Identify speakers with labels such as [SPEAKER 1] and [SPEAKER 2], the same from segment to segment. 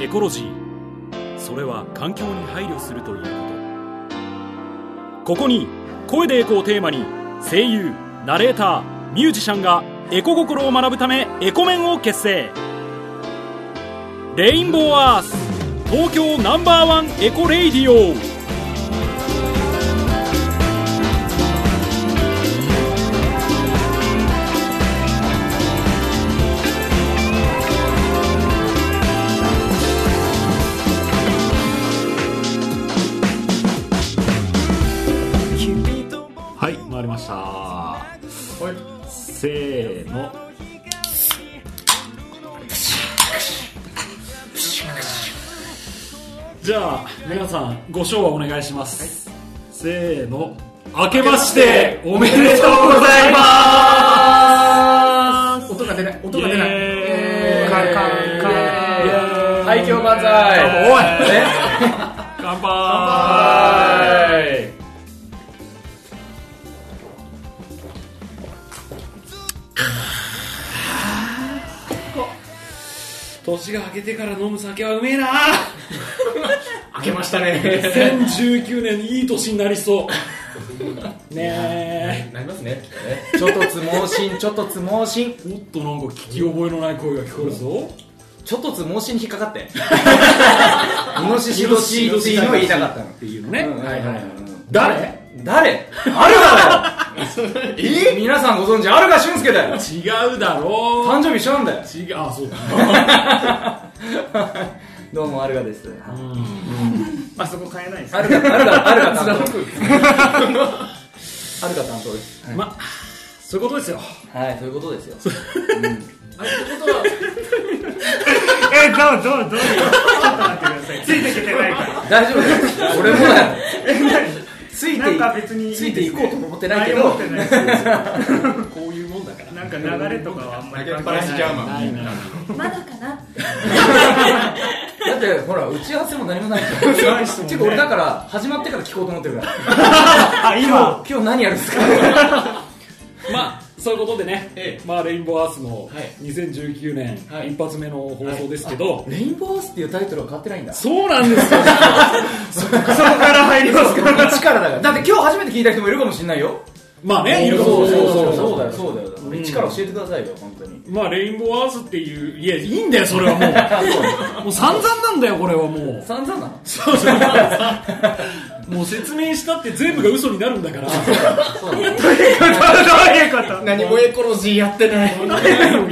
[SPEAKER 1] エコロジーそれは環境に配慮するということここに「声でエコ」をテーマに声優ナレーターミュージシャンがエコ心を学ぶためエコメンを結成レインボーアース東京ナンバーワンエコレイディオ
[SPEAKER 2] はい回りましたせーの
[SPEAKER 1] じゃあ皆さんご賞はお願いします、せーの明けましておめでとうございます
[SPEAKER 3] 音が出ない音が出ない
[SPEAKER 1] イエーイ
[SPEAKER 3] カンカンカン
[SPEAKER 1] イエーイ
[SPEAKER 3] はい今日万歳
[SPEAKER 1] おい乾杯
[SPEAKER 3] 年が明けてから飲む酒はうめえな明けましたね
[SPEAKER 1] 2019年にいい年になり そうね
[SPEAKER 3] なりますねちょっとつ盲信ちょっとつ盲信
[SPEAKER 1] えおっとなんか聞き覚えのない声が聞こえるぞ
[SPEAKER 3] ちょっとつ盲信に引っかかって イノシシ年っていうのを言いたかったの
[SPEAKER 1] っていうのね、
[SPEAKER 3] うんはいはいはい
[SPEAKER 1] 誰
[SPEAKER 3] 誰あるだろえ皆さんご存知あるが俊介だよ
[SPEAKER 1] 違うだろ
[SPEAKER 3] 誕生日一緒なんだよ
[SPEAKER 1] う違うあそうだね
[SPEAKER 3] どうもあるがです
[SPEAKER 4] あそこ変えないです
[SPEAKER 3] あるがあるがある が担当あるが担当です
[SPEAKER 1] まあ そういうこと ですよ
[SPEAKER 3] はいそういうことですよ
[SPEAKER 4] えどうどうどういうちょっと待ってくださいついてきてないか
[SPEAKER 3] 大丈夫です俺もだよつい
[SPEAKER 4] ら
[SPEAKER 3] て
[SPEAKER 4] なんか別に
[SPEAKER 3] ついていこうとも思ってないけ
[SPEAKER 4] 何
[SPEAKER 3] ど
[SPEAKER 4] も持ってないです
[SPEAKER 1] こういうもんだから
[SPEAKER 4] なんか流れとかはあんまり
[SPEAKER 5] っぱなしジャーマン
[SPEAKER 1] ないな
[SPEAKER 6] まだかなって
[SPEAKER 3] だってほら打ち合わせも何もないから
[SPEAKER 4] ないっすもんね
[SPEAKER 3] てか俺だから始まってから聞こうと思ってるから
[SPEAKER 4] あ今
[SPEAKER 3] 今日何やるんですか
[SPEAKER 1] まあそういうことでね、
[SPEAKER 5] え
[SPEAKER 1] まあレインボーアースの
[SPEAKER 5] はい
[SPEAKER 1] 2019年
[SPEAKER 5] はい
[SPEAKER 1] 一発目の放送ですけど、
[SPEAKER 3] レインボーアースっていうタイトルは変わってないんだそ
[SPEAKER 1] そうなんです よ
[SPEAKER 4] そこから入ります
[SPEAKER 3] っ
[SPEAKER 4] から
[SPEAKER 3] か一からだからだって今日初めて聞いた人もいるかもしれないよ
[SPEAKER 1] まあねいるか
[SPEAKER 3] そ
[SPEAKER 1] も
[SPEAKER 3] う
[SPEAKER 1] しれ
[SPEAKER 3] そ
[SPEAKER 1] ないう
[SPEAKER 3] そう
[SPEAKER 1] そう
[SPEAKER 3] そうだよそうだよ一から教えてくださいよ本当に
[SPEAKER 1] まあレインボーアースっていういやいいんだよそれはもうもう散々なんだよこれはもう
[SPEAKER 3] 散々なの
[SPEAKER 1] そうそうもう説明したって全部が嘘になるんだから
[SPEAKER 4] どういうこ
[SPEAKER 5] 何もエコロジーやってない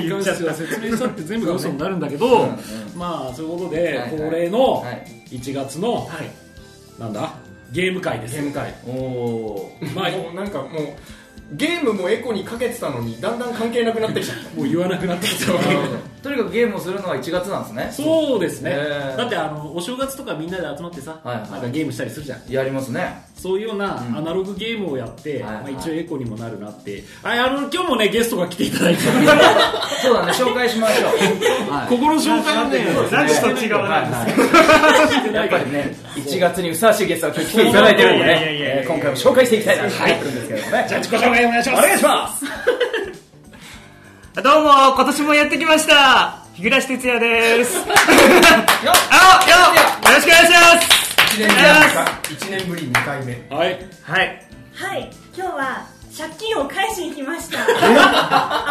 [SPEAKER 1] 言っちゃった説明したって全部が嘘になるんだけど、まあそういうことで
[SPEAKER 3] はいはい
[SPEAKER 1] 恒例の
[SPEAKER 3] はい
[SPEAKER 1] 1月の、なんだゲーム会です
[SPEAKER 5] ゲーム会
[SPEAKER 3] おおー
[SPEAKER 1] まあ
[SPEAKER 5] もうなんかもうゲームもエコにかけてたのにだんだん関係なくなってきちゃっ
[SPEAKER 1] もう言わなくなってきた わけ
[SPEAKER 3] とにかくゲームをするのは1月なんですね
[SPEAKER 1] そうですね、
[SPEAKER 3] へー
[SPEAKER 1] だってあのお正月とかみんなで集まってさ、
[SPEAKER 3] はいはい
[SPEAKER 1] なんかゲームしたりするじゃん
[SPEAKER 3] やりますね
[SPEAKER 1] そういうような
[SPEAKER 3] うん
[SPEAKER 1] アナログゲームをやって、
[SPEAKER 3] はいはい
[SPEAKER 1] まあ、一応エコにもなるなって、ああの今日もねゲストが来ていただいて
[SPEAKER 3] そうだね紹介しましょうは
[SPEAKER 1] 心の紹介はね
[SPEAKER 4] とラジと違うな
[SPEAKER 3] はいやっぱりね1月にふさわしいゲストが今日来ていただいてるんで
[SPEAKER 4] いやいやいやいや
[SPEAKER 3] ねえー今回も紹介していきたいなと思ってるんですけどもねじゃあ自己紹介お願いしますお願いします
[SPEAKER 4] どうも今年もやってきました日暮哲也ですよ
[SPEAKER 3] よっ
[SPEAKER 4] あよよろしくお願いします
[SPEAKER 5] た1年1年ぶり2回目
[SPEAKER 1] はい
[SPEAKER 4] はい
[SPEAKER 6] はい今日は借金を返しに来ました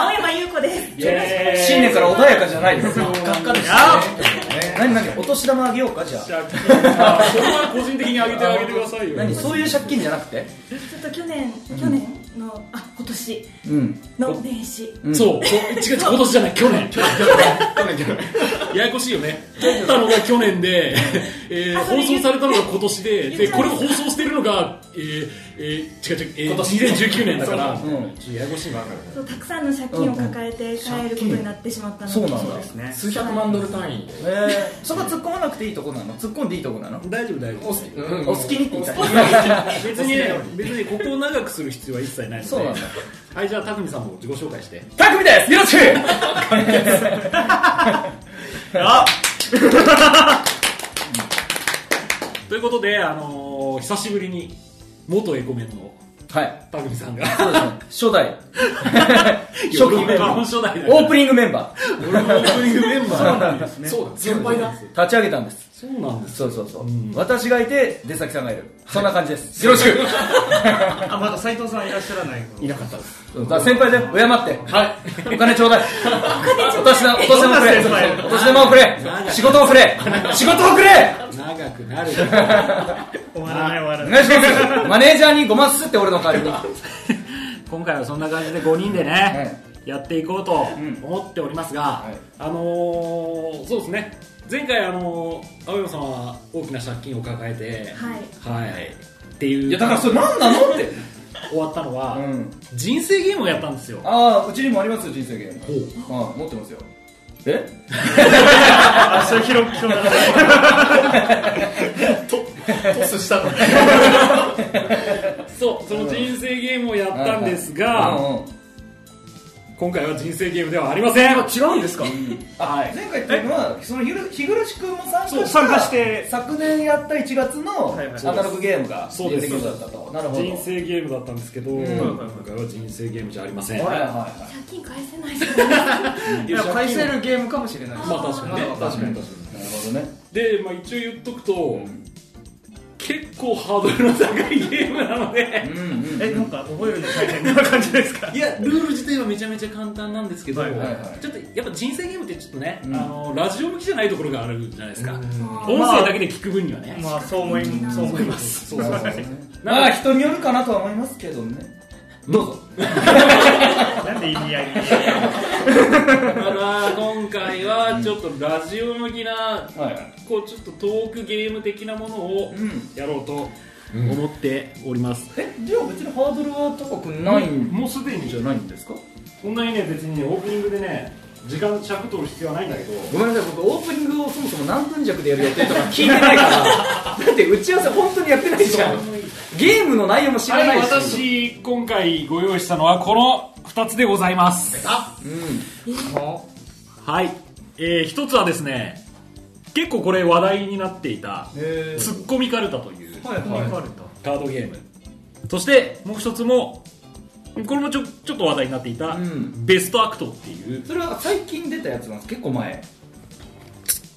[SPEAKER 6] 青山優子ですよろしくお願いします
[SPEAKER 3] 新年から穏やかじゃないですよ
[SPEAKER 5] 学科ですね
[SPEAKER 3] 何何お年玉あげようかじゃあ
[SPEAKER 1] じゃあそれは個人的にあげてあげてくださいよ
[SPEAKER 3] 何そういう借金じゃなくて
[SPEAKER 6] ちょっと去年去年のあ今年
[SPEAKER 3] うん
[SPEAKER 6] の年始
[SPEAKER 1] そう、そう違う違う今年じゃない去年ややこしいよね撮ったのが去年で、えー
[SPEAKER 6] あそ
[SPEAKER 1] 放
[SPEAKER 6] れ
[SPEAKER 1] 送されたのが今年で
[SPEAKER 6] 言っ
[SPEAKER 1] で
[SPEAKER 6] ちゃう
[SPEAKER 1] これを放送してるのが、えーえー違う違う、えー、2019年だから
[SPEAKER 3] う
[SPEAKER 1] ち
[SPEAKER 3] ん
[SPEAKER 1] ょっとややこしいな
[SPEAKER 6] そうたくさんの借金を抱えて帰ることになってしまったので
[SPEAKER 3] そうなんだ
[SPEAKER 4] ね
[SPEAKER 5] 数百万ドル単位で
[SPEAKER 3] えーそこ突っ込まなくていいとこなの突っ込んでいいとこなの
[SPEAKER 1] 大丈夫大丈
[SPEAKER 5] お好き
[SPEAKER 3] お好きにって言いたい
[SPEAKER 1] 夫別に ね別にここを長くする必要は一切ないので
[SPEAKER 3] そうなんだ
[SPEAKER 1] はいじゃあ匠さんも自己紹介して
[SPEAKER 3] たくみですよろしく
[SPEAKER 1] ということであのー久しぶりに元エコメンの
[SPEAKER 3] はい。
[SPEAKER 1] パグミさんが
[SPEAKER 3] そうですね。初 代。初期メンバー。
[SPEAKER 4] 初代だ
[SPEAKER 3] オープニングメンバー。
[SPEAKER 4] 俺もオープニングメンバーそうなんですね
[SPEAKER 7] そうだ先輩だ
[SPEAKER 3] 立ち上げたんです。
[SPEAKER 1] そうなんです
[SPEAKER 3] そうそうそう。私がいて、出崎さんがいる。そんな感じです。よろしく。
[SPEAKER 8] あまだ斉藤さんいらっしゃらないの
[SPEAKER 1] いなかったです
[SPEAKER 3] だから先輩で敬って。はい。お金ちょうだい。お年玉、お年玉くれ。
[SPEAKER 8] どんな先輩
[SPEAKER 3] お年玉をくれ。仕事をくれ。仕事をくれ。
[SPEAKER 1] 長く なる
[SPEAKER 8] 終わらない終わらな
[SPEAKER 3] お
[SPEAKER 8] い
[SPEAKER 3] 願いします。マネージャーにごますって俺の代わりに。
[SPEAKER 4] 今回はそんな感じで5人でね、やっていこうと思っておりますが、
[SPEAKER 3] い
[SPEAKER 1] あのー、そうですね前回あのー、青山さんは大きな借金を抱えて
[SPEAKER 6] はい
[SPEAKER 1] はい、っていう
[SPEAKER 3] いや、だからそれ何なのって。
[SPEAKER 1] 終わったのは、
[SPEAKER 3] うん。
[SPEAKER 1] 人生ゲームをやったんですよ
[SPEAKER 3] ああ、うちにもありますよ、人生ゲーム。はい、持ってますよ。え
[SPEAKER 8] あそれ広く聞こえ
[SPEAKER 7] トスしたの
[SPEAKER 1] そうその人生ゲームをやったんですが、
[SPEAKER 3] うんうん
[SPEAKER 1] 今回は人生ゲームではありません違うんですか
[SPEAKER 3] あ前回っていうのは、そのひぐ日暮君も参加
[SPEAKER 8] そう参加して
[SPEAKER 3] 昨年やった1月の
[SPEAKER 8] はいはい
[SPEAKER 3] アナログゲームが
[SPEAKER 1] そうです
[SPEAKER 3] 出てくるだったと。なるほど。
[SPEAKER 1] 人生ゲームだったんですけど、
[SPEAKER 3] ん
[SPEAKER 1] 今回は人生ゲームじゃありません、
[SPEAKER 3] はいはいは
[SPEAKER 6] 借金返せないじゃない
[SPEAKER 9] いや返せるゲームかもしれないです
[SPEAKER 1] まあ確かにね
[SPEAKER 9] まあ
[SPEAKER 1] 確かに確か
[SPEAKER 3] い。なるほどね。
[SPEAKER 1] にで、まあ、一応言っとくと、結構ハードルの高いゲームなので、
[SPEAKER 8] たえなんか覚えるの大変な感じですか
[SPEAKER 1] いやルール自体はめちゃめちゃ簡単なんですけど、
[SPEAKER 8] はいはい
[SPEAKER 3] はい
[SPEAKER 1] ちょっとやっぱ人生ゲームってちょっとね、
[SPEAKER 3] うん
[SPEAKER 1] あのラジオ向きじゃないところがあるじゃないですか、
[SPEAKER 6] です
[SPEAKER 1] 音声だけで聞く分にはね、
[SPEAKER 8] まあそう思いそう思います
[SPEAKER 1] そうそうそう
[SPEAKER 3] まあ、人によるかなとは思いますけどね。どうぞ。
[SPEAKER 8] なんで意味合い
[SPEAKER 1] だから今回はちょっとラジオ向きな
[SPEAKER 3] はい。
[SPEAKER 1] こうちょっとトークゲーム的なものを
[SPEAKER 3] うん。
[SPEAKER 1] やろうと思っております、
[SPEAKER 3] え、じゃあ別にハードルは高くないん
[SPEAKER 1] もうすでに
[SPEAKER 3] じゃないんですか
[SPEAKER 1] そんなにね別にねオープニングでね時間尺取る必要はないんだけど
[SPEAKER 3] ごめんなさい、僕オープニングをそもそも何分弱でやる予定とか聞いてない から、だって打ち合わせ本当にやってないじゃん。ゲームの内容も知ら
[SPEAKER 1] は
[SPEAKER 3] ないいし。
[SPEAKER 1] 私今回ご用意したのはこの2つでございますはい、えー、1つはですね結構これ話題になっていたツッコミカルタという
[SPEAKER 8] はいはいはい
[SPEAKER 1] カードゲームそしてもう一つもこれもちょちょっと話題になっていた、
[SPEAKER 3] うん
[SPEAKER 1] ベストアクトっていう
[SPEAKER 3] それは最近出たやつなんです結構前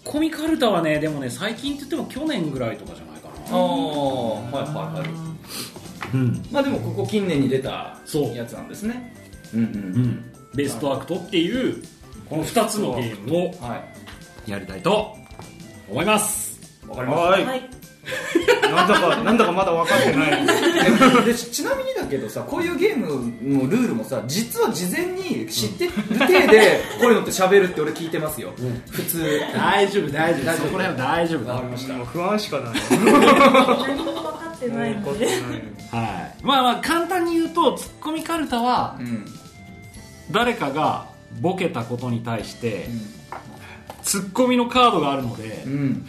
[SPEAKER 1] コミカルタはねでもね最近って言っても去年ぐらいとかじゃないか
[SPEAKER 3] ああはいはい
[SPEAKER 1] な
[SPEAKER 3] は
[SPEAKER 1] うん
[SPEAKER 3] いまあでもここ近年に出た
[SPEAKER 1] そう
[SPEAKER 3] やつなんですねう
[SPEAKER 1] う
[SPEAKER 3] んうん
[SPEAKER 1] んベストアクトっていうこの2つのゲームを
[SPEAKER 3] はい
[SPEAKER 1] やりたいと思います
[SPEAKER 3] わかりま
[SPEAKER 8] は
[SPEAKER 6] はい
[SPEAKER 8] いなんだかなんだかまだ分かってない
[SPEAKER 3] した でちちなみにだけどさこういうゲームのルールもさ実は事前に知ってる体でこういうのって喋るって俺聞いてますよ普通
[SPEAKER 1] 大丈夫大丈
[SPEAKER 3] 大丈夫
[SPEAKER 1] そこら辺は大丈夫だ
[SPEAKER 3] わかりました
[SPEAKER 8] もう不安しかない
[SPEAKER 6] 何も分かってないので
[SPEAKER 1] はいまあまあ簡単に言うとツッコミカルタは
[SPEAKER 3] うん
[SPEAKER 1] 誰かがボケたことに対してツッコミのカードがあるので
[SPEAKER 3] うん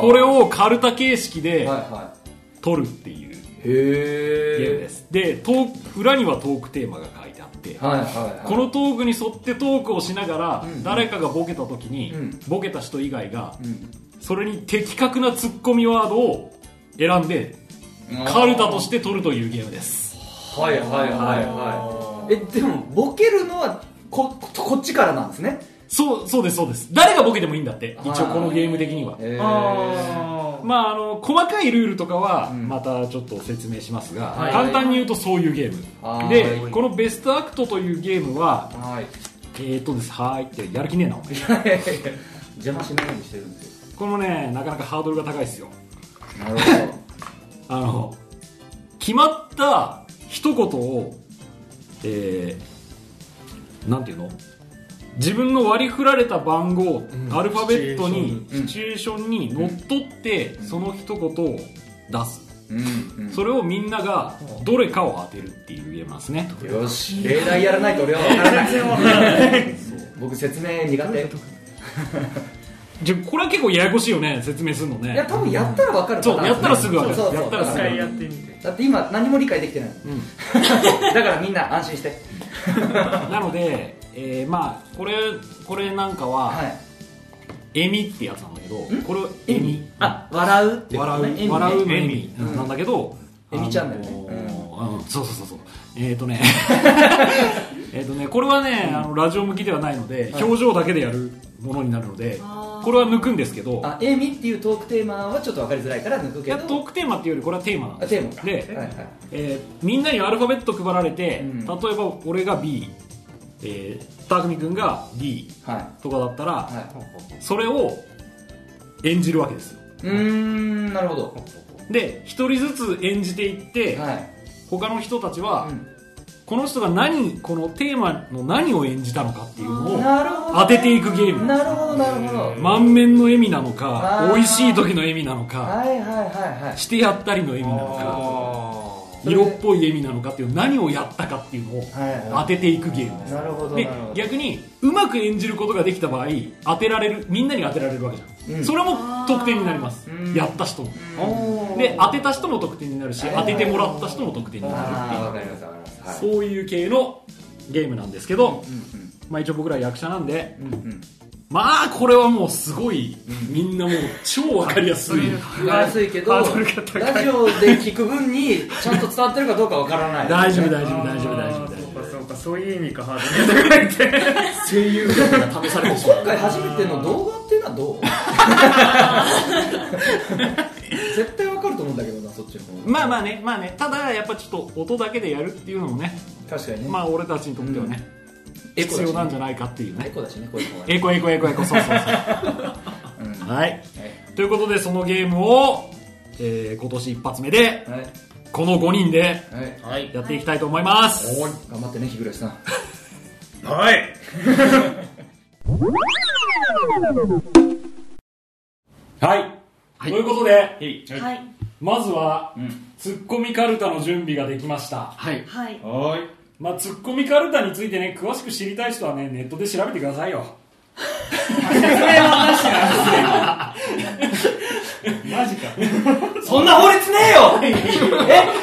[SPEAKER 1] これをカルタ形式で
[SPEAKER 3] はいは
[SPEAKER 1] 取るっていう
[SPEAKER 3] い
[SPEAKER 1] ゲーム
[SPEAKER 3] へ
[SPEAKER 1] で
[SPEAKER 3] え
[SPEAKER 1] すでトーク裏にはトークテーマが書いてあって
[SPEAKER 3] はいはい
[SPEAKER 1] このトークに沿ってトークをしながら
[SPEAKER 3] うん
[SPEAKER 1] 誰かがボケた時に
[SPEAKER 3] うん
[SPEAKER 1] ボケた人以外が
[SPEAKER 3] うん
[SPEAKER 1] それに的確なツッコミワードを選んでカルタとして取るというゲームです
[SPEAKER 3] はいはいはいはいえでもボケるのはここっちからなんですね
[SPEAKER 1] そうそうですそうです誰がボケてもいいんだって
[SPEAKER 3] はい
[SPEAKER 1] 一応このゲーム的には
[SPEAKER 3] え
[SPEAKER 8] あ
[SPEAKER 1] まああの細かいルールとかは
[SPEAKER 3] うん
[SPEAKER 1] またちょっと説明しますが
[SPEAKER 3] はい
[SPEAKER 1] 簡単に言うとそういうゲーム
[SPEAKER 3] はい
[SPEAKER 1] でこのベストアクトというゲームは
[SPEAKER 3] はい
[SPEAKER 1] えーっとですはーいってやる気ねえなお前
[SPEAKER 3] 邪魔しないようにしてるんです
[SPEAKER 1] このねなかなかハードルが高いですよ
[SPEAKER 3] よなるほど
[SPEAKER 1] あの決まった一言を、えー、なんていうの自分の割り振られた番号、アルファベットにシチュエーションにのっとって、その一言を出す、
[SPEAKER 3] うん、
[SPEAKER 1] それをみんながどれかを当てるっていうゲームなんですね、
[SPEAKER 3] よし例題やらないと俺は分からない僕説明苦手
[SPEAKER 1] じゃこれは結構ややこしいよね説明するの
[SPEAKER 3] いや
[SPEAKER 1] ね
[SPEAKER 3] 多分やったら分かる
[SPEAKER 1] そうやったらすぐ分
[SPEAKER 3] 分
[SPEAKER 1] かる
[SPEAKER 3] そうそう
[SPEAKER 1] やった
[SPEAKER 8] あ
[SPEAKER 1] ら
[SPEAKER 8] 一
[SPEAKER 1] すぐ
[SPEAKER 8] 回やってみて
[SPEAKER 3] だって今何も理解できてない、 だからみんな安心して
[SPEAKER 1] なので、えーまあこれこれなんかは、
[SPEAKER 3] はい
[SPEAKER 1] エミってやつなんだけどこれをエミ
[SPEAKER 3] あ笑うってこと
[SPEAKER 1] 笑
[SPEAKER 3] ね
[SPEAKER 1] う笑うの
[SPEAKER 3] 笑
[SPEAKER 1] 意味なんだけど、
[SPEAKER 10] えみちゃんだよね
[SPEAKER 1] あのうんそうそうそうそうえっ、とねえっとねこれはね、あのラジオ向きではないので、
[SPEAKER 10] はい
[SPEAKER 1] 表情だけでやるものになるので
[SPEAKER 6] あー
[SPEAKER 1] これは抜くんですけど
[SPEAKER 10] あえみっていうトークテーマはちょっと分かりづらいから抜く
[SPEAKER 1] い
[SPEAKER 10] け
[SPEAKER 1] や
[SPEAKER 10] ど
[SPEAKER 1] トークテーマっていうよりこれはテーマなん
[SPEAKER 10] あ
[SPEAKER 1] です
[SPEAKER 10] テーマか
[SPEAKER 1] で
[SPEAKER 10] はいはい
[SPEAKER 1] えーみんなにアルファベット配られて、
[SPEAKER 10] うん
[SPEAKER 1] 例えば俺が B、えー、たくみくんが D
[SPEAKER 10] は
[SPEAKER 1] とかだったら、
[SPEAKER 10] いは
[SPEAKER 1] それを演じるわけですよ
[SPEAKER 10] いうーんなるほど
[SPEAKER 1] で一人ずつ演じていって、
[SPEAKER 10] はい
[SPEAKER 1] 他の人たちは、
[SPEAKER 10] うん
[SPEAKER 1] この人が何このテーマの何を演じたのかっていうのを
[SPEAKER 10] なるほど
[SPEAKER 1] 当てていくゲーム
[SPEAKER 10] なるほどなるほど
[SPEAKER 1] 満面の笑みなの
[SPEAKER 10] あ
[SPEAKER 1] か
[SPEAKER 10] ー
[SPEAKER 1] 美味しい時の笑みなのか
[SPEAKER 10] はいはいはいはい
[SPEAKER 1] してやったりの笑みなのか色っぽい笑みなのかっていう何をやったかっていうのを
[SPEAKER 10] はい
[SPEAKER 1] 当てていくゲームです
[SPEAKER 10] なるほど
[SPEAKER 1] で
[SPEAKER 10] なるほど
[SPEAKER 1] 逆にうまく演じることができた場合当てられるみんなに当てられるわけじゃん、
[SPEAKER 10] うん
[SPEAKER 1] それも得点になります
[SPEAKER 10] うん
[SPEAKER 1] やった人も
[SPEAKER 10] おー
[SPEAKER 1] で当てた人も得点になるし
[SPEAKER 10] はい
[SPEAKER 1] 当ててもらった人も得点になる
[SPEAKER 10] ああわかりますわかりますはい
[SPEAKER 1] そういう系のゲームなんですけど、
[SPEAKER 10] う
[SPEAKER 1] まあ、一応僕ら役者なんで
[SPEAKER 10] んうんうんうん
[SPEAKER 1] まあこれはもうすごいみんなもう超わかりやすい
[SPEAKER 10] 安いけどラジオで聞く分にちゃんと伝わってるかどうかわからない
[SPEAKER 1] 大丈夫大丈夫大丈夫大丈夫大
[SPEAKER 11] そうか
[SPEAKER 1] 丈
[SPEAKER 11] そ
[SPEAKER 1] 夫
[SPEAKER 11] うかそういう意味かハードルが
[SPEAKER 12] 声優力が試されてしま
[SPEAKER 10] 今回初めての動画っていうのはどう 絶対わかると思うんだけどなそっちの方
[SPEAKER 1] まあまあねまあねただやっぱちょっと音だけでやるっていうのもね
[SPEAKER 10] 確かにね、
[SPEAKER 1] まあ俺たちにとってはね、
[SPEAKER 10] エコだし
[SPEAKER 1] 必
[SPEAKER 10] ね
[SPEAKER 1] 要なんじゃないかっていう
[SPEAKER 10] エ
[SPEAKER 1] ね
[SPEAKER 10] コだしねこういう方がね
[SPEAKER 1] エコエコエコエコそうそうそう、はいということでそのゲームを、えー今年一発目で
[SPEAKER 10] はい
[SPEAKER 1] この5人で
[SPEAKER 10] はい
[SPEAKER 11] はい
[SPEAKER 1] やっていきたいと思います、
[SPEAKER 10] 頑張ってね日暮さん
[SPEAKER 11] はい
[SPEAKER 12] はい
[SPEAKER 1] ということで
[SPEAKER 6] はい
[SPEAKER 1] まずは、ツッコミカルタの準備ができました
[SPEAKER 3] はい
[SPEAKER 6] はい
[SPEAKER 1] まあ、ツッコミカルタについてね詳しく知りたい人はねネットで調べてくださいよ
[SPEAKER 10] そんな法律ねえよ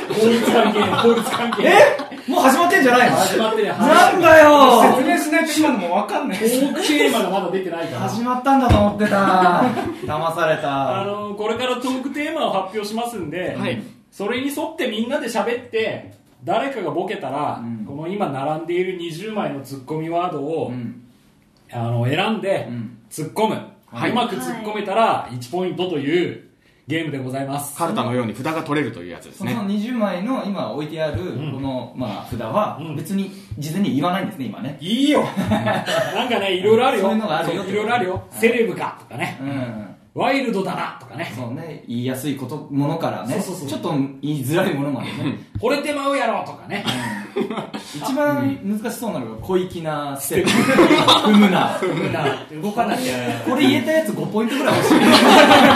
[SPEAKER 1] 法律関係法律関係
[SPEAKER 10] えもう始まってんじゃないの
[SPEAKER 1] 始まってね
[SPEAKER 10] なんだよ
[SPEAKER 3] 説明しないと今のもわかんないです
[SPEAKER 1] OK まだまだ出てないから
[SPEAKER 3] 始まったんだと思ってた騙され
[SPEAKER 1] あ
[SPEAKER 3] た
[SPEAKER 1] のこれからトークテーマを発表しますんで、
[SPEAKER 3] はい
[SPEAKER 1] それに沿ってみんなで喋って誰かがボケたら、この今並んでいる20枚のツッコミワードを、
[SPEAKER 10] ん
[SPEAKER 1] あの選んで
[SPEAKER 10] ん
[SPEAKER 1] 突っ込む、
[SPEAKER 3] はいう
[SPEAKER 1] まく突っ込めたら1ポイントというゲームでございます、
[SPEAKER 13] カルタのように札が取れるというやつです
[SPEAKER 3] その
[SPEAKER 13] ね
[SPEAKER 3] 20枚の今置いてあるこ
[SPEAKER 1] ん
[SPEAKER 3] の、まあ、札は
[SPEAKER 1] うん
[SPEAKER 3] 別に事前に言わないんですね今ね
[SPEAKER 1] いいよなんかねいろいろあるよ
[SPEAKER 3] そういうのがあるよ
[SPEAKER 1] そういろいろあるよ、セレブかとかね
[SPEAKER 3] うん
[SPEAKER 1] ワイルドだなとかね
[SPEAKER 3] そうね言いやすいことものからね
[SPEAKER 1] そうそうそう
[SPEAKER 3] ちょっと言いづらいものま でね
[SPEAKER 1] 惚れてまうやろとかね
[SPEAKER 3] 一番難しそうなのが小粋なステップ踏 むな踏むな
[SPEAKER 11] 動かなきゃ
[SPEAKER 3] これ言えたやつ5ポイントぐらい欲しい
[SPEAKER 1] 確かに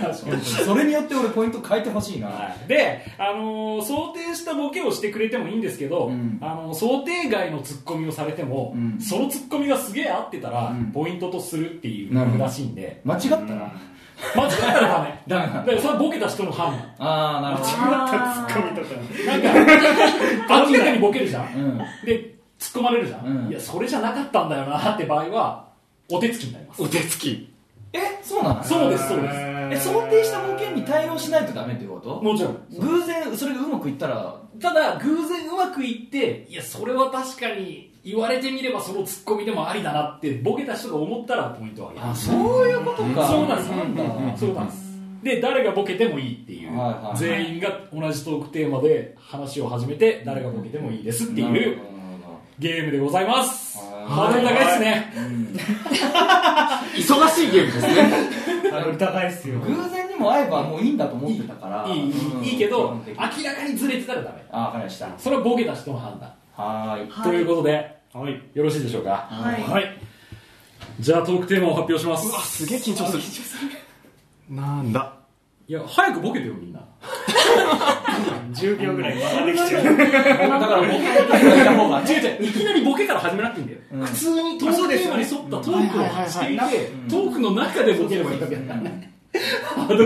[SPEAKER 1] 確かに
[SPEAKER 3] それによって俺ポイント変えてほしいな
[SPEAKER 1] で、あのー想定したボケをしてくれてもいいんですけど、
[SPEAKER 3] うん
[SPEAKER 1] あのー想定外のツッコミをされても、
[SPEAKER 3] うん
[SPEAKER 1] そのツッコミがすげえ合ってたら、
[SPEAKER 3] うん
[SPEAKER 1] ポイントとするっていう
[SPEAKER 3] なるほど
[SPEAKER 1] らしいんで
[SPEAKER 3] 間違ったな
[SPEAKER 1] 間違ったらダ メ
[SPEAKER 3] ダメ
[SPEAKER 1] だ
[SPEAKER 3] だ
[SPEAKER 1] からそれはボケた人の判断
[SPEAKER 3] ああなるほ
[SPEAKER 6] あー
[SPEAKER 1] なん か明らかにボケるじゃん
[SPEAKER 3] どうん
[SPEAKER 1] で突っ込まれるじゃん、
[SPEAKER 3] うん
[SPEAKER 1] いやそれじゃなかったんだよなって場合はお手つきになります
[SPEAKER 13] お手つき
[SPEAKER 3] えそうなの
[SPEAKER 1] そうですそうです
[SPEAKER 3] え想定したボケに対応しないとダメってこと
[SPEAKER 1] もちろん
[SPEAKER 3] 偶然それがうまくいったら
[SPEAKER 1] ただ偶然うまくいっていやそれは確かに言われてみればそのツッコミでもありだなってボケた人が思ったらポイントをあげます
[SPEAKER 3] そういうことか
[SPEAKER 1] そうなんです
[SPEAKER 3] なんだ
[SPEAKER 1] そうなんですで誰がボケてもいいっていう、
[SPEAKER 3] はいはい
[SPEAKER 1] 全員が同じトークテーマで話を始めて誰がボケてもいいですっていうゲームでございますハードル高いですね
[SPEAKER 13] 忙しいゲームですね
[SPEAKER 11] 疑いっすよ
[SPEAKER 3] 偶然にも会えばもういいんだと思ってたから
[SPEAKER 1] いいい
[SPEAKER 3] うん
[SPEAKER 1] いいいけど
[SPEAKER 3] 基本的にあ
[SPEAKER 1] 明らかにずれてたらダメ
[SPEAKER 3] わかりました
[SPEAKER 1] それはボケた人の判断、
[SPEAKER 3] はーい
[SPEAKER 6] はい
[SPEAKER 1] ということで
[SPEAKER 11] はい
[SPEAKER 1] よろしいでしょうか
[SPEAKER 6] はい
[SPEAKER 1] はいじゃあトークテーマを発表します
[SPEAKER 13] すげえ緊張 するなんだ
[SPEAKER 1] いや早くボケてよみんな
[SPEAKER 11] 10秒ぐらいまだできちゃう
[SPEAKER 3] だからボケてくれた方が
[SPEAKER 1] 違う違ういきなりボケから始めなくていいんだよ、
[SPEAKER 3] うん
[SPEAKER 1] 普通にトークテーマに沿ったトークをしていてトークの中でボケればいいわけだからねあの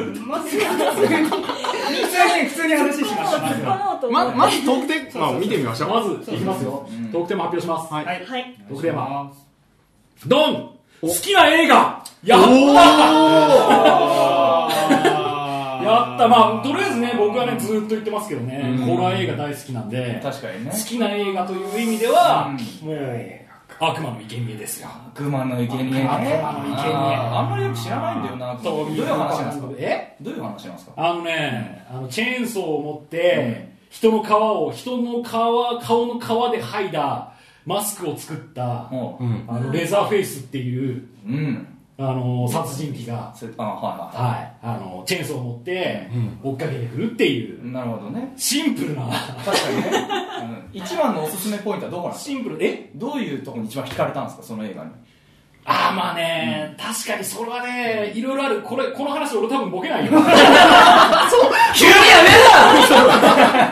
[SPEAKER 11] 普通に普通に話し
[SPEAKER 6] 突っ
[SPEAKER 11] まし
[SPEAKER 6] 込もうと思
[SPEAKER 13] ま
[SPEAKER 6] って
[SPEAKER 13] まずトークテーマを見てみましょう
[SPEAKER 1] まずいきますよ、トークテーマ発表します、
[SPEAKER 13] はい
[SPEAKER 6] はい
[SPEAKER 1] トークテーマドン好きな映画やった
[SPEAKER 13] お
[SPEAKER 1] ー
[SPEAKER 13] ー
[SPEAKER 4] やったまあとりあえずね僕はねずっと言ってますけどね、ホラー映画大好きなんで
[SPEAKER 3] 確かにね
[SPEAKER 4] 好きな映画という意味では、
[SPEAKER 3] う
[SPEAKER 4] もう悪魔の生贄ですよ
[SPEAKER 3] 悪魔の生贄ね
[SPEAKER 4] 悪魔の生贄
[SPEAKER 3] あーあんまりよく知らないんだよなどういう話なんですか
[SPEAKER 4] え
[SPEAKER 3] どういう話なんですか
[SPEAKER 4] あのね、あのチェーンソーを持って、人の皮を人の皮顔の皮で剥いだマスクを作った、
[SPEAKER 3] も
[SPEAKER 4] あのレザーフェイスっていう
[SPEAKER 3] ううん
[SPEAKER 4] あの殺人鬼が、
[SPEAKER 3] それあはいは
[SPEAKER 4] はい、あのチェーンソーを持って追っかけてくるっていう、
[SPEAKER 3] いなるほどね
[SPEAKER 4] シンプルな
[SPEAKER 3] 確かにね、うん、一番のおすすめポイントはどこなんですか
[SPEAKER 4] シンプルえ
[SPEAKER 3] どういうとこに一番惹かれたんですかその映画に
[SPEAKER 4] ああまあね、確かにそれはねいろいろあるこれこの話俺多分ボケ ないよ
[SPEAKER 3] 急にやめろ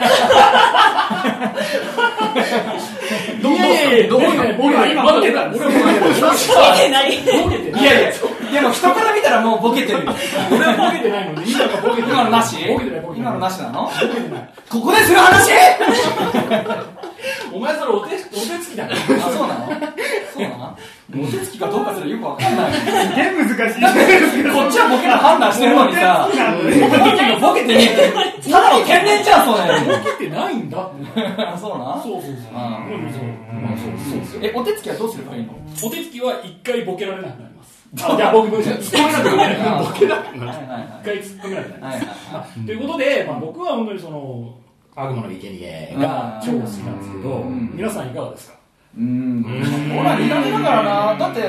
[SPEAKER 4] どういやいやいやどうボケないまだ出た俺はボケてない
[SPEAKER 6] 見てない
[SPEAKER 4] ボケてない
[SPEAKER 3] いやいやでも人から見たらもう ボケてるよ
[SPEAKER 4] 俺はボケてないので今がボケてない
[SPEAKER 3] 今のなし
[SPEAKER 4] ボケてないボケてな
[SPEAKER 3] 今
[SPEAKER 4] い
[SPEAKER 3] のなしなのここでする話
[SPEAKER 4] お前それお手お手つきだ から
[SPEAKER 3] あそうなのそうなのモテつきかどうかすらよくわかんないこ
[SPEAKER 11] すげえ難しい。
[SPEAKER 3] っちはボケな判断してるのにさ本 人がボケてねえってただの天然じゃんそうなの
[SPEAKER 4] ボケてないんだって
[SPEAKER 3] あそうなの
[SPEAKER 4] そうそうそう
[SPEAKER 3] うん
[SPEAKER 4] うんそうまあそうそうですよ
[SPEAKER 3] えお手つきはどうすればいいの
[SPEAKER 4] お手つきは一回ボケられなくなりますあじゃあ僕も突っ込めなくなる
[SPEAKER 3] あ
[SPEAKER 4] ボケだ
[SPEAKER 3] はいはいは
[SPEAKER 4] 一回突っ込めなくなり
[SPEAKER 3] いは
[SPEAKER 4] ま
[SPEAKER 3] い
[SPEAKER 4] す
[SPEAKER 3] は
[SPEAKER 4] ということで、まあ、僕は本当にその悪魔の生贄が超好きなんですけど、
[SPEAKER 3] うん
[SPEAKER 4] 皆さんいかがですか
[SPEAKER 3] いうんほら苦手だからなだって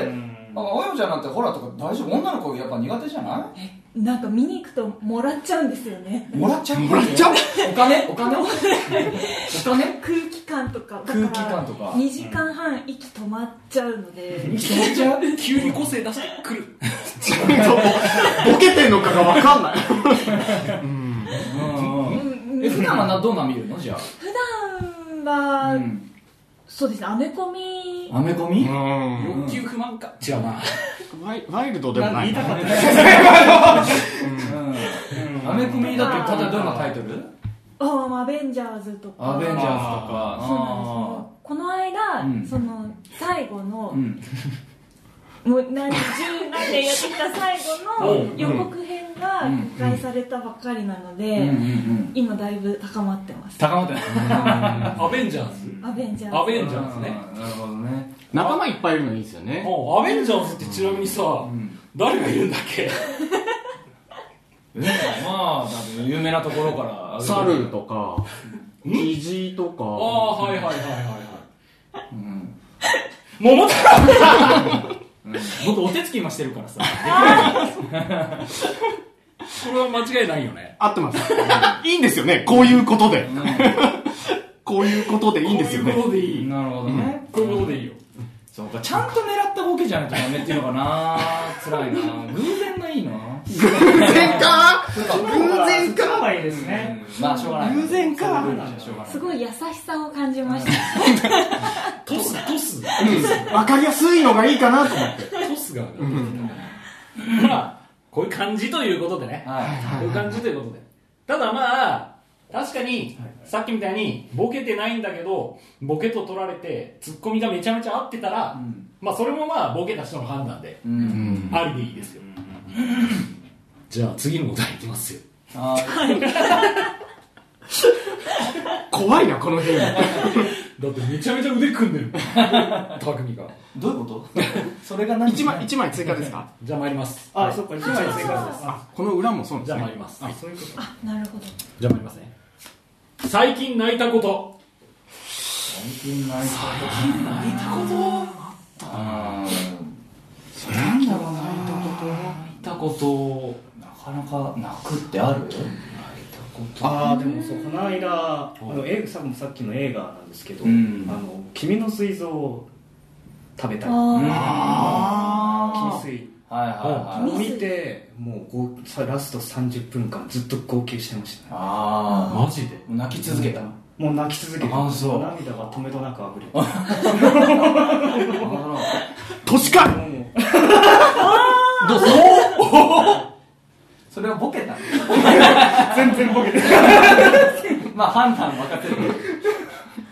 [SPEAKER 3] あおよちゃんなんてほらとか大丈夫女の子やっぱ苦手じゃな
[SPEAKER 6] なんか見に行くともらっちゃうんですよね
[SPEAKER 3] いもらっちゃうもらっちゃうお金お金お金
[SPEAKER 6] 空気感とかだから
[SPEAKER 3] 空気感とか
[SPEAKER 6] 2時間半息止まっちゃうので
[SPEAKER 3] 気持ちゃう
[SPEAKER 4] 急に個性出してくる
[SPEAKER 13] ボケてんのかがわかんない。
[SPEAKER 6] うん
[SPEAKER 3] え普段はなどんな見るのじゃ
[SPEAKER 6] 普段
[SPEAKER 3] あ、
[SPEAKER 6] は、
[SPEAKER 3] ん、
[SPEAKER 6] そうですねアメコミ
[SPEAKER 3] アメコミ
[SPEAKER 13] うん。
[SPEAKER 4] 欲求不満か違うな
[SPEAKER 13] ワイワイルドでもないな。
[SPEAKER 3] うんアメコミだって例えばどんなタイトル
[SPEAKER 6] ああアベンジャーズとか
[SPEAKER 3] アベンジャーズとか
[SPEAKER 6] そうなんですよこの間、
[SPEAKER 3] うん
[SPEAKER 6] その最後の、
[SPEAKER 3] ん
[SPEAKER 6] もう何十何年やってきた最後の予告編が
[SPEAKER 3] うん
[SPEAKER 6] 公開されたばっかりなので、
[SPEAKER 3] うんうんうん
[SPEAKER 6] 今だいぶ高まってます
[SPEAKER 3] 高まってない
[SPEAKER 4] アベンジャーズ
[SPEAKER 6] アベンジャ
[SPEAKER 4] ア
[SPEAKER 6] ーズ
[SPEAKER 4] ベンジャーズね
[SPEAKER 3] なるほどね
[SPEAKER 13] 仲間いっぱいいるのいいですよね。
[SPEAKER 4] あアベンジャーズってちなみにさ、誰がいるんだっけ
[SPEAKER 3] まあだって有名なところから
[SPEAKER 13] サルと か、キジとか。
[SPEAKER 4] ああはいはいはいはいはい
[SPEAKER 3] うん
[SPEAKER 4] 桃太郎
[SPEAKER 3] 僕お手つき今してるからさ
[SPEAKER 4] これは間違いないよね
[SPEAKER 13] 合ってます。 いいんですよね。こういうことで。こういうことでいいんですよね
[SPEAKER 4] こういう。ことでいい
[SPEAKER 3] なるほどね
[SPEAKER 4] こういうことでいいよ
[SPEAKER 3] そうかちゃんと狙ったボケじゃないとダメっていうのかな辛いな偶然がいいな
[SPEAKER 13] 偶然か偶然
[SPEAKER 11] カ
[SPEAKER 13] か
[SPEAKER 11] バーいいですね。
[SPEAKER 3] まあしょうがない
[SPEAKER 13] 偶然か
[SPEAKER 3] そういうことじゃしょうがない
[SPEAKER 6] すごい優しさを感じました
[SPEAKER 4] トストス
[SPEAKER 13] わかりやすいのがいいかなと思って。
[SPEAKER 4] トスが上がってきたまあこういう感じということでね
[SPEAKER 3] はい
[SPEAKER 4] こういう感じということでただまあ確かにさっきみたいにボケてないんだけどボケと取られてツッコミがめちゃめちゃ合ってたら、
[SPEAKER 3] ん
[SPEAKER 4] まあそれもまあボケた人の判断で
[SPEAKER 3] うん
[SPEAKER 4] ありでいいですよ、じゃあ次のお題いきますよ
[SPEAKER 3] あー
[SPEAKER 13] 怖いな、この辺。
[SPEAKER 4] だってめちゃめちゃ腕組んでる 匠が
[SPEAKER 3] どういうこと それが何
[SPEAKER 13] 一枚、一枚追加ですか
[SPEAKER 4] じゃあ参ります
[SPEAKER 11] あ、そっか、一枚追加です。あ、
[SPEAKER 13] この裏もそうなん
[SPEAKER 4] じ
[SPEAKER 13] で
[SPEAKER 4] ゃあ
[SPEAKER 13] す
[SPEAKER 4] 参
[SPEAKER 13] ね。
[SPEAKER 4] ります、
[SPEAKER 6] あなるほど
[SPEAKER 4] じゃあ参りますね最近泣いたこと
[SPEAKER 3] 最近ない
[SPEAKER 4] 泣いたこと泣
[SPEAKER 3] あ
[SPEAKER 13] なんだろうな、こ
[SPEAKER 4] いたこと
[SPEAKER 3] ーなかなか泣くってある
[SPEAKER 11] あーでもそうこの間あの映画さもさっきの映画なんですけど、
[SPEAKER 3] うん
[SPEAKER 11] あの君の膵臓を食べたい
[SPEAKER 3] あ
[SPEAKER 11] 君水
[SPEAKER 3] はいはいはい
[SPEAKER 11] を見てもうごさラスト30分間ずっと号泣してましたね
[SPEAKER 3] あ
[SPEAKER 4] マジで
[SPEAKER 3] あ泣き続けたな
[SPEAKER 11] もう泣き続けて
[SPEAKER 3] あそう
[SPEAKER 11] 涙が止めどなくあふれて
[SPEAKER 3] るほど
[SPEAKER 13] と。年か
[SPEAKER 11] も
[SPEAKER 3] どうぞそれはボケ た
[SPEAKER 11] う全然ボケて
[SPEAKER 3] まあ判断任せる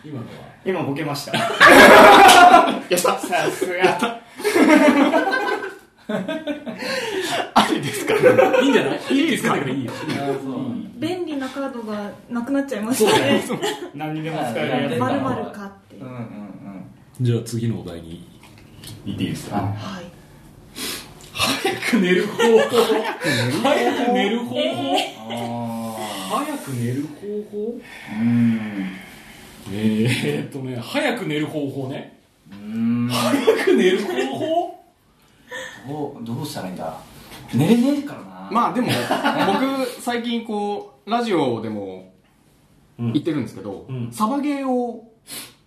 [SPEAKER 4] 今のは
[SPEAKER 11] 今ボケましたやったさすが
[SPEAKER 13] ありですかね。
[SPEAKER 4] いいんじゃないいい
[SPEAKER 13] ですか
[SPEAKER 4] いいよ
[SPEAKER 6] 便利なカードがなくなっちゃいましたね
[SPEAKER 4] 何にでも使えるやつ
[SPEAKER 6] まるまるかっていうう、
[SPEAKER 3] んうんうん
[SPEAKER 1] じゃあ次のお題に
[SPEAKER 13] いっていいですか
[SPEAKER 6] はい
[SPEAKER 4] 早く寝る方法早く寝る方法早く寝る方法えーっとね早く寝る方法ね
[SPEAKER 3] うん
[SPEAKER 4] 早く寝る方法
[SPEAKER 3] どうどうしたらいいんだ寝れねえからな
[SPEAKER 13] まあでも、僕、最近こう、ラジオでも言ってるんですけど、
[SPEAKER 4] うん
[SPEAKER 13] サバゲーを、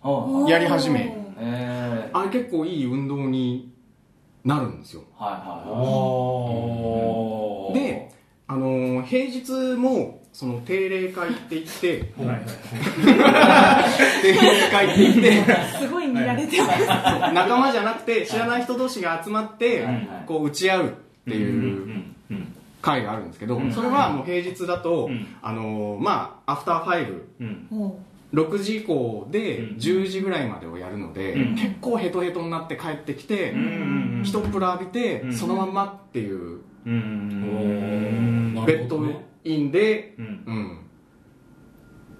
[SPEAKER 3] あ
[SPEAKER 13] やり始め
[SPEAKER 3] ええ
[SPEAKER 13] あれ結構いい運動になるんですよ。
[SPEAKER 3] はい
[SPEAKER 4] あ
[SPEAKER 3] は
[SPEAKER 4] ー
[SPEAKER 13] で、あのー平日も、その定例会って言って、定例会って言って、
[SPEAKER 6] すごい見られてます、
[SPEAKER 13] 仲間じゃなくて、知らない人同士が集まって
[SPEAKER 3] はいはい、
[SPEAKER 13] こう、打ち合うっていう会があるんですけど、それはもう平日だと、あのーまあ、アフターファイブ、
[SPEAKER 6] おう
[SPEAKER 13] 6時以降で10時ぐらいまでをやるので、結構ヘトヘトになって帰ってきて、ひとっぷら浴びて、そのまんまっていう、ベッドインで、うん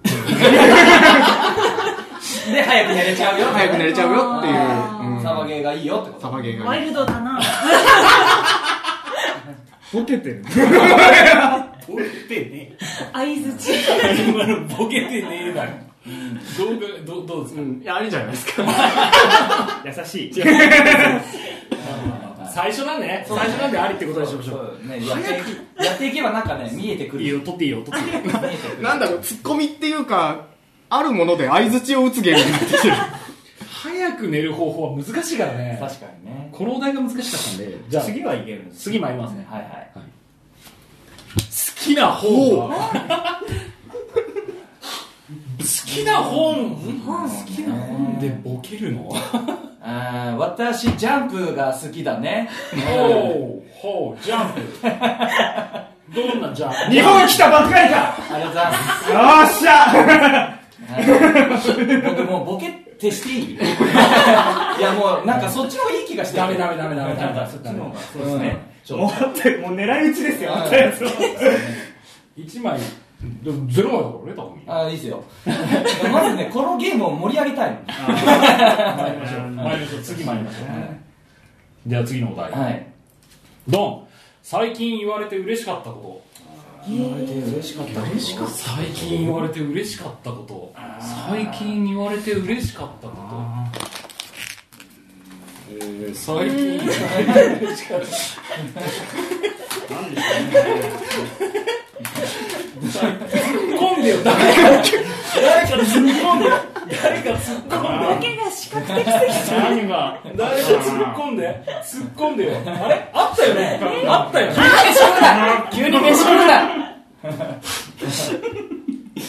[SPEAKER 3] いで早く寝れちゃうよ
[SPEAKER 13] 早く寝れちゃうよって
[SPEAKER 6] あ
[SPEAKER 13] いう、うん
[SPEAKER 3] サバゲーがいいよってこと
[SPEAKER 13] サバゲーが
[SPEAKER 6] ワイ
[SPEAKER 13] ね
[SPEAKER 6] ルドだな
[SPEAKER 11] ボケてる
[SPEAKER 4] ボケてね
[SPEAKER 6] 相づち
[SPEAKER 4] 今のボケてねえだろどうがどどうですか、
[SPEAKER 13] うんいやありじゃないです か
[SPEAKER 11] 優しい
[SPEAKER 4] 最初なんでね最初なんでありってことにしましょう
[SPEAKER 3] そうねやっていきやっていけばなんかね見えてくる
[SPEAKER 4] いいよ取っていいよ取っていいよ
[SPEAKER 13] なんだろうツッコミっていうかあるもので相槌を打つゲームになってきてる
[SPEAKER 4] 早く寝る方法は難しいからね
[SPEAKER 3] 確かにね
[SPEAKER 4] このお題が難しかったんでじゃあ次
[SPEAKER 11] 次はいけるんです
[SPEAKER 4] 次参りますね
[SPEAKER 3] はいはい
[SPEAKER 4] 好きな本は好きな本好きな本でボケるの
[SPEAKER 3] あー私ジャンプが好きだね
[SPEAKER 4] ほうほうジャン プどんなジャンプ
[SPEAKER 11] 日本来たばっかりだ
[SPEAKER 3] ありがとうございます
[SPEAKER 11] よっしゃ
[SPEAKER 3] はい僕もうボケってしていいいやもうなんかそっちの方がいい気がして
[SPEAKER 4] ダメダメダメダメ
[SPEAKER 3] なん
[SPEAKER 4] ダ
[SPEAKER 3] か
[SPEAKER 4] メ
[SPEAKER 3] そっち
[SPEAKER 4] ダ
[SPEAKER 3] の方
[SPEAKER 4] メ
[SPEAKER 3] がそうですねち
[SPEAKER 11] も
[SPEAKER 3] ょ
[SPEAKER 11] う
[SPEAKER 3] っ
[SPEAKER 11] もう狙い撃ちですよあんたやつは
[SPEAKER 4] 1枚でもゼロ枚だからねタコミ
[SPEAKER 3] とあーいいですよまずねこのゲームを盛り上げたいの
[SPEAKER 4] 参りましょう参りましょう次参りましょうじゃあ次のお題
[SPEAKER 3] はい
[SPEAKER 4] ドン最近言われて嬉しかったこ
[SPEAKER 3] 言われて嬉しかった嬉しか
[SPEAKER 4] と最近言われて嬉しかったこと最近言われて嬉しかったこ
[SPEAKER 1] 最 近
[SPEAKER 4] と突っ込 んでよ誰か誰か突っ込んで誰か突っ込
[SPEAKER 6] ボ
[SPEAKER 4] んで
[SPEAKER 6] ケが視覚的すぎて
[SPEAKER 11] 何が
[SPEAKER 4] 誰か突っ込んで突っ込んでよあれあったよねあったよね
[SPEAKER 3] 急に飯食うな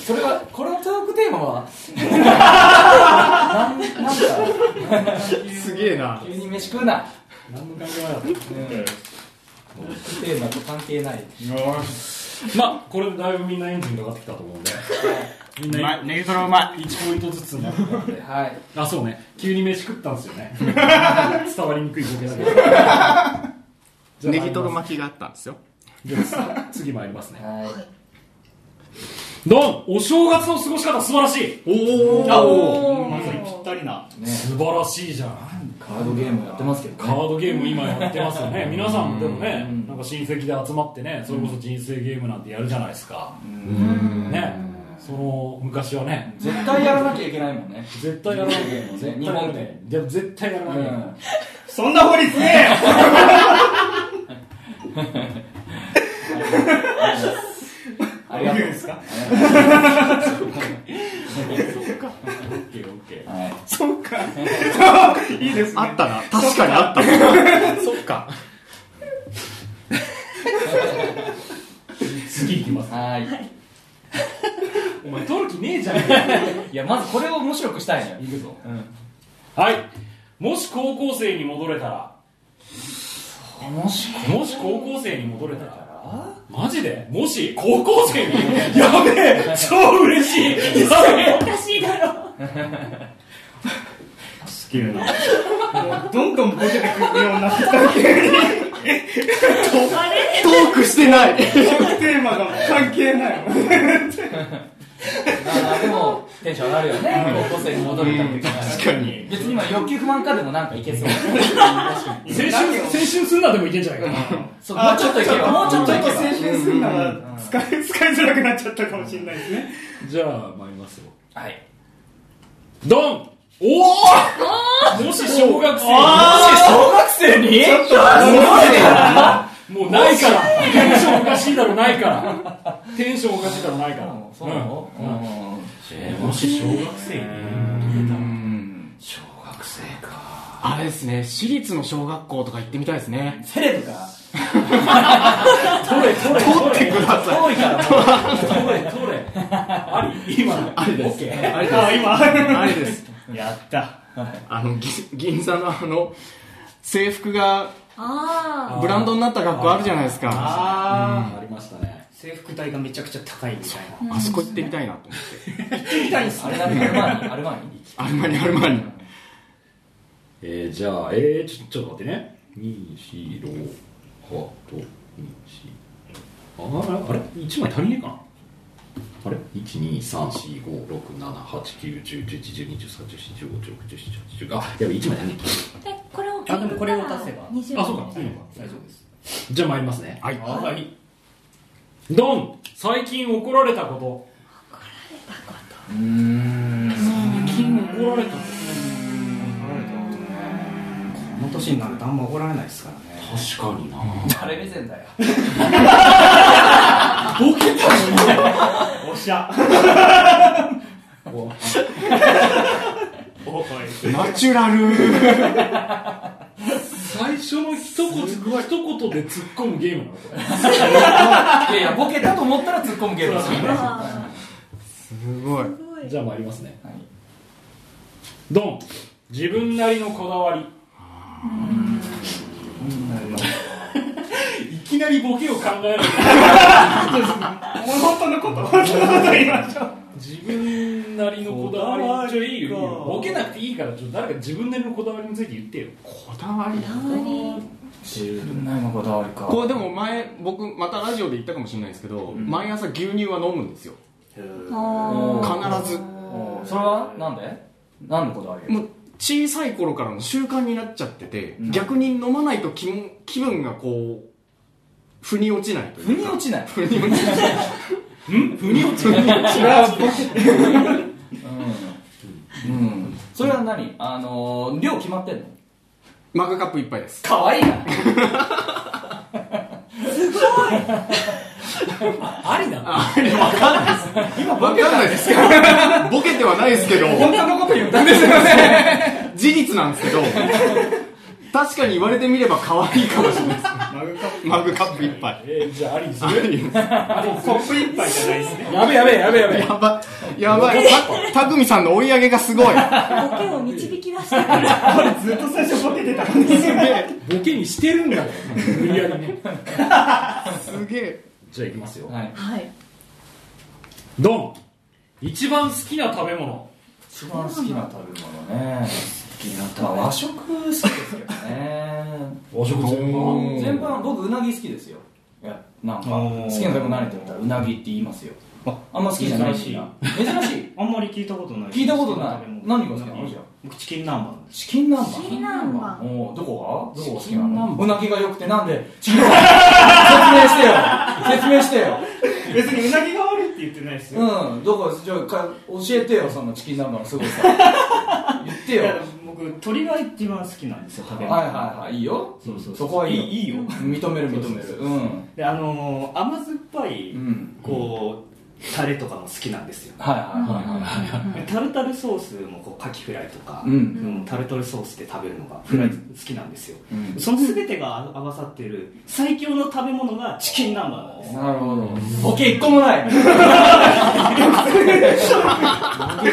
[SPEAKER 3] それはこれのトークテーマはなんなんだ
[SPEAKER 13] すげえな
[SPEAKER 3] 急に飯食うな
[SPEAKER 4] 何も関係なかっ
[SPEAKER 3] テーマと関係ない
[SPEAKER 4] たまあこれでだいぶみんなエンジンかかってきたと思うんでみんな
[SPEAKER 13] ネギトロうま
[SPEAKER 4] 1ポイントずつになってたんで
[SPEAKER 3] はい
[SPEAKER 4] あそうね急に飯食ったんですよ ね伝わりにくいボケだけど
[SPEAKER 13] いネギトロ巻きがあったんですよ
[SPEAKER 4] じゃあ次参りますね
[SPEAKER 3] は
[SPEAKER 4] ドンお正月の過ごし方素晴らしい
[SPEAKER 13] お
[SPEAKER 4] あ
[SPEAKER 11] まさにぴったりない
[SPEAKER 3] ね
[SPEAKER 4] 素晴らしいじゃん
[SPEAKER 3] カードゲームやってますけど
[SPEAKER 4] カードゲーム今やってますよね皆さんでもね
[SPEAKER 3] うん
[SPEAKER 4] なんか親戚で集まってねそれこそ人生ゲームなんてやるじゃないですかねその昔はね
[SPEAKER 3] 絶対やらなきゃいけないもんね
[SPEAKER 4] 絶対やらないけど
[SPEAKER 3] ね日本で
[SPEAKER 4] でも絶対やらな
[SPEAKER 3] う
[SPEAKER 4] いけど
[SPEAKER 3] ん
[SPEAKER 11] そんな法律ねえよ
[SPEAKER 3] ありがとう
[SPEAKER 11] ですか
[SPEAKER 4] オッケーオッケー
[SPEAKER 3] はい
[SPEAKER 11] そうかいいですね
[SPEAKER 13] あったな確かにあった
[SPEAKER 4] そっか次行きます
[SPEAKER 3] はい
[SPEAKER 4] お前取る気ねえじゃん
[SPEAKER 3] いやまずこれを面白くしたいのよ
[SPEAKER 4] 行くぞ
[SPEAKER 3] うん
[SPEAKER 4] はいもし高校生に戻れたら
[SPEAKER 3] 面白い
[SPEAKER 4] もし高校生に戻れたらマジでもし高校生にやべえ超嬉しいやべえ
[SPEAKER 6] おかしいだろ
[SPEAKER 11] 好きなどんどんボケてくるようになってきた
[SPEAKER 13] トーックしてない
[SPEAKER 11] テーマが関係ない
[SPEAKER 3] まあでもテンション上がるよね高校生に戻れたって確かに別に今欲求不満かでもなんかいけそう
[SPEAKER 4] 春 青春するなでもいけんじゃないかな
[SPEAKER 3] そうもうちょっといけよもうちょっとい
[SPEAKER 11] 青
[SPEAKER 3] けよ
[SPEAKER 11] 春するなら使い使いづらくなっちゃったかもしれないですね
[SPEAKER 1] じゃあ参りますよ
[SPEAKER 3] はい
[SPEAKER 4] ドンおおもし小学生
[SPEAKER 3] 小学生にちょっと
[SPEAKER 4] もうないからテンションおかしいだろないからテンションおかしいだろないから
[SPEAKER 3] そうなのうん
[SPEAKER 4] もし小学生
[SPEAKER 3] 小学生か
[SPEAKER 13] あれですね私立の小学校とか行ってみたいですね
[SPEAKER 3] セレブか
[SPEAKER 4] 取れ取れ取れ
[SPEAKER 13] ください
[SPEAKER 3] 遠いから
[SPEAKER 4] 取れ取れあり今の
[SPEAKER 13] あれですあれです
[SPEAKER 11] あ今
[SPEAKER 13] あれです
[SPEAKER 11] やった
[SPEAKER 13] あのぎ銀座のあの制服が
[SPEAKER 6] あ
[SPEAKER 13] ブランドになった学校あるじゃないですか
[SPEAKER 11] あ
[SPEAKER 4] ありましたね
[SPEAKER 11] ー制服代がめちゃくちゃ高いみたいな
[SPEAKER 13] あそこ行ってみたいなと思って
[SPEAKER 3] あれだねアルマーニアルマーニ
[SPEAKER 13] アルマーニアルマーニ
[SPEAKER 1] えー、じゃあえー、ちょちょっと待ってね246はと2 4ああれ1枚足りねえかなあれ ?12345678910111213141516171819あやばい1枚足りね
[SPEAKER 6] ーでこれを
[SPEAKER 11] あでもこれを足せば
[SPEAKER 1] え
[SPEAKER 6] 20
[SPEAKER 1] あそうか、うん、
[SPEAKER 11] 大丈夫です
[SPEAKER 1] じゃあ参りますね
[SPEAKER 13] はい
[SPEAKER 4] はいドン最近怒られたこと最近怒られたこ
[SPEAKER 11] この年になるとあんま怒られないですからね
[SPEAKER 1] 確かにな
[SPEAKER 3] 誰目線だよ
[SPEAKER 11] おっしゃおおい
[SPEAKER 13] ナチュラル
[SPEAKER 4] 最初の一言一言で突っ込むゲームなのこれ
[SPEAKER 3] いやいやボケだと思ったら突っ込むゲームですよね
[SPEAKER 6] あ
[SPEAKER 13] すごい
[SPEAKER 6] ーすごい
[SPEAKER 4] じゃあ参りますね
[SPEAKER 3] はい
[SPEAKER 4] ドン自分なりのこだわりいきなりボケを考える
[SPEAKER 11] 本当のこと本当のこと言いましょう
[SPEAKER 4] 自分なりのこだわりちょいいよいいよ
[SPEAKER 11] こだわりか
[SPEAKER 4] ボケなくていいからちょっと誰か自分なりのこだわりについて言ってよ
[SPEAKER 13] こだわり
[SPEAKER 6] あまり
[SPEAKER 3] 自分なりのこだわりか
[SPEAKER 13] これでも前僕またラジオで言ったかもしれないですけど、毎朝牛乳は飲むんですよ
[SPEAKER 6] あー
[SPEAKER 13] 必ず
[SPEAKER 3] おーそれはなんで何のこだわり
[SPEAKER 13] もう小さい頃からの習慣になっちゃってて、逆に飲まないと気も気分がこう腑に落ちないと
[SPEAKER 3] 腑
[SPEAKER 13] いう
[SPEAKER 3] に
[SPEAKER 13] か
[SPEAKER 3] 落ちない
[SPEAKER 13] 腑に落ちない
[SPEAKER 3] うん、うん、それは何あのー量決まってんの
[SPEAKER 13] マグカップ一杯です
[SPEAKER 3] かわいいな
[SPEAKER 4] ありなの
[SPEAKER 13] わかんないですけどボケてはないですけど
[SPEAKER 3] 本当のこと言ったんですよね
[SPEAKER 13] 事実なんですけ ど確かに言われてみれば可愛いかもしれないですマグカップ一杯
[SPEAKER 4] えーじゃあありにする
[SPEAKER 11] コップ一杯じゃないですね
[SPEAKER 4] やべやべやべやべ
[SPEAKER 13] やばいやばいたたくみさんの追い上げがすごい
[SPEAKER 6] ボケを導き出したから
[SPEAKER 11] ずっと最初ボケてたんですよね
[SPEAKER 4] ボケにしてるんだよ無理やりね
[SPEAKER 13] すげ え
[SPEAKER 4] じゃあいきますよ
[SPEAKER 3] はい
[SPEAKER 6] はい
[SPEAKER 4] ドン一番好きな食べ物
[SPEAKER 3] 一番好きな食べ物ね好きな食べ物、まあ、和食好きですけどね
[SPEAKER 4] 和食全般
[SPEAKER 3] 全般僕うなぎ好きですよいやなんか
[SPEAKER 11] おー
[SPEAKER 3] 好きな食べ物何って言ったらうなぎって言いますよあんま好きじゃないし珍しい
[SPEAKER 11] あんまり聞いたことない
[SPEAKER 3] 聞いたことない何が好きなのじゃあ
[SPEAKER 11] 僕チキン南蛮
[SPEAKER 3] チキン南蛮
[SPEAKER 6] チキン南蛮
[SPEAKER 3] おーどこがどこが好き
[SPEAKER 4] チキン
[SPEAKER 3] な
[SPEAKER 4] 南
[SPEAKER 3] のうなぎが良くてなんでチキン南蛮説明してよ
[SPEAKER 11] 別にうなぎが悪いって言ってないです
[SPEAKER 3] 説
[SPEAKER 11] よ、
[SPEAKER 3] 明してようんどこじゃあか教えてよそのチキン南蛮のすごさ言って
[SPEAKER 11] い
[SPEAKER 3] よ
[SPEAKER 11] や僕鶏が一番好きなんですよ食べ物
[SPEAKER 3] はいはいはいいいよ
[SPEAKER 11] そうそう
[SPEAKER 3] そこはいい
[SPEAKER 11] いい
[SPEAKER 3] よ
[SPEAKER 11] よ
[SPEAKER 3] 認める認め
[SPEAKER 11] そうそう
[SPEAKER 3] る
[SPEAKER 11] そう
[SPEAKER 3] うん
[SPEAKER 11] であのー甘酸っぱい、
[SPEAKER 3] うん
[SPEAKER 11] こうタレとかも好きなんですよ
[SPEAKER 3] はいはいはいはいはい
[SPEAKER 11] でタルタルソースもこうカキフライとか、
[SPEAKER 3] うん
[SPEAKER 11] うんタルタルソースで食べるのがフライ好きなんですよ、
[SPEAKER 3] うん
[SPEAKER 11] その全てが合わさってる最強の食べ物がチキン南蛮なんです
[SPEAKER 3] なるほど。ボケ一個もない。ボケ一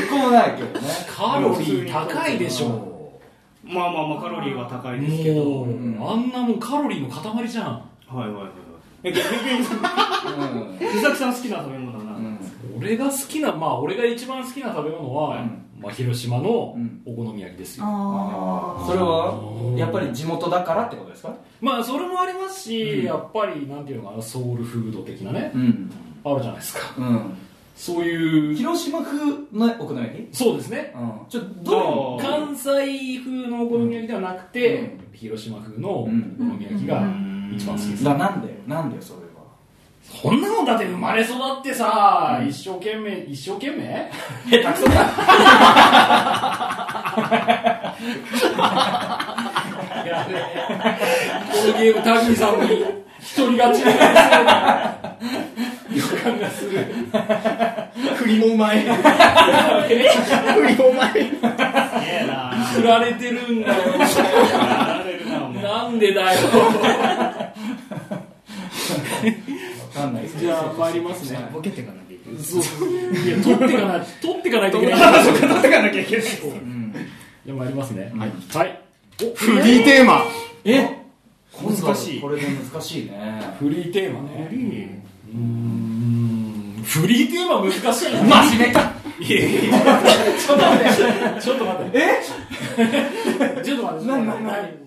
[SPEAKER 3] 個もないけどね。
[SPEAKER 4] カロリー高いでしょ
[SPEAKER 11] まあまあまあカロリーは高いですけど
[SPEAKER 4] もうあんなもんカロリーの塊じゃん
[SPEAKER 11] はいはいはいはいえ逆に
[SPEAKER 3] うん
[SPEAKER 11] 藤崎さん好きな食べ物は何なんですか、
[SPEAKER 4] 俺が好きなまあ俺が一番好きな食べ物は、
[SPEAKER 3] うん
[SPEAKER 4] まあ、広島のお
[SPEAKER 3] うん
[SPEAKER 4] 好み焼きですよ、
[SPEAKER 6] あ
[SPEAKER 3] それはやっぱり地元だからってことですか
[SPEAKER 4] まあそれもありますし、やっぱりなんていうのかなソウルフード的なね
[SPEAKER 3] うん、
[SPEAKER 4] あるじゃないですか
[SPEAKER 3] うん、
[SPEAKER 4] そういう
[SPEAKER 3] 広島風のお好み焼き
[SPEAKER 4] そうですね
[SPEAKER 3] うんちょっとどういう
[SPEAKER 4] 関西風のお好み焼きではなくて、広島風のお好み焼きが一番好きです、
[SPEAKER 3] だなんでなんでそれは
[SPEAKER 4] こんなもんだって生まれ育ってさ、一生懸命一生懸命 下手くそだいやこのゲームタミさんに一人勝ちになりそうな予感がする
[SPEAKER 5] 栗もう まい。栗もうまい。
[SPEAKER 4] 振られてるんだよなんでだよ
[SPEAKER 3] わかんないです
[SPEAKER 4] じゃあ参りますね
[SPEAKER 11] ボケていかなきゃいけない
[SPEAKER 4] そういや取ってかない取ってかないといけないじゃ
[SPEAKER 11] ボケていかなきゃいけない
[SPEAKER 4] あ参りますね
[SPEAKER 13] はい
[SPEAKER 4] はい
[SPEAKER 13] フリーテーマ
[SPEAKER 4] え
[SPEAKER 3] 難しいこれで難しいね
[SPEAKER 4] フリーテーマねうーんフリーテーマ難しいな
[SPEAKER 3] 真面目か
[SPEAKER 4] いやいやちょっと待ってちょっと待ってえちょっと待ってちょっと待って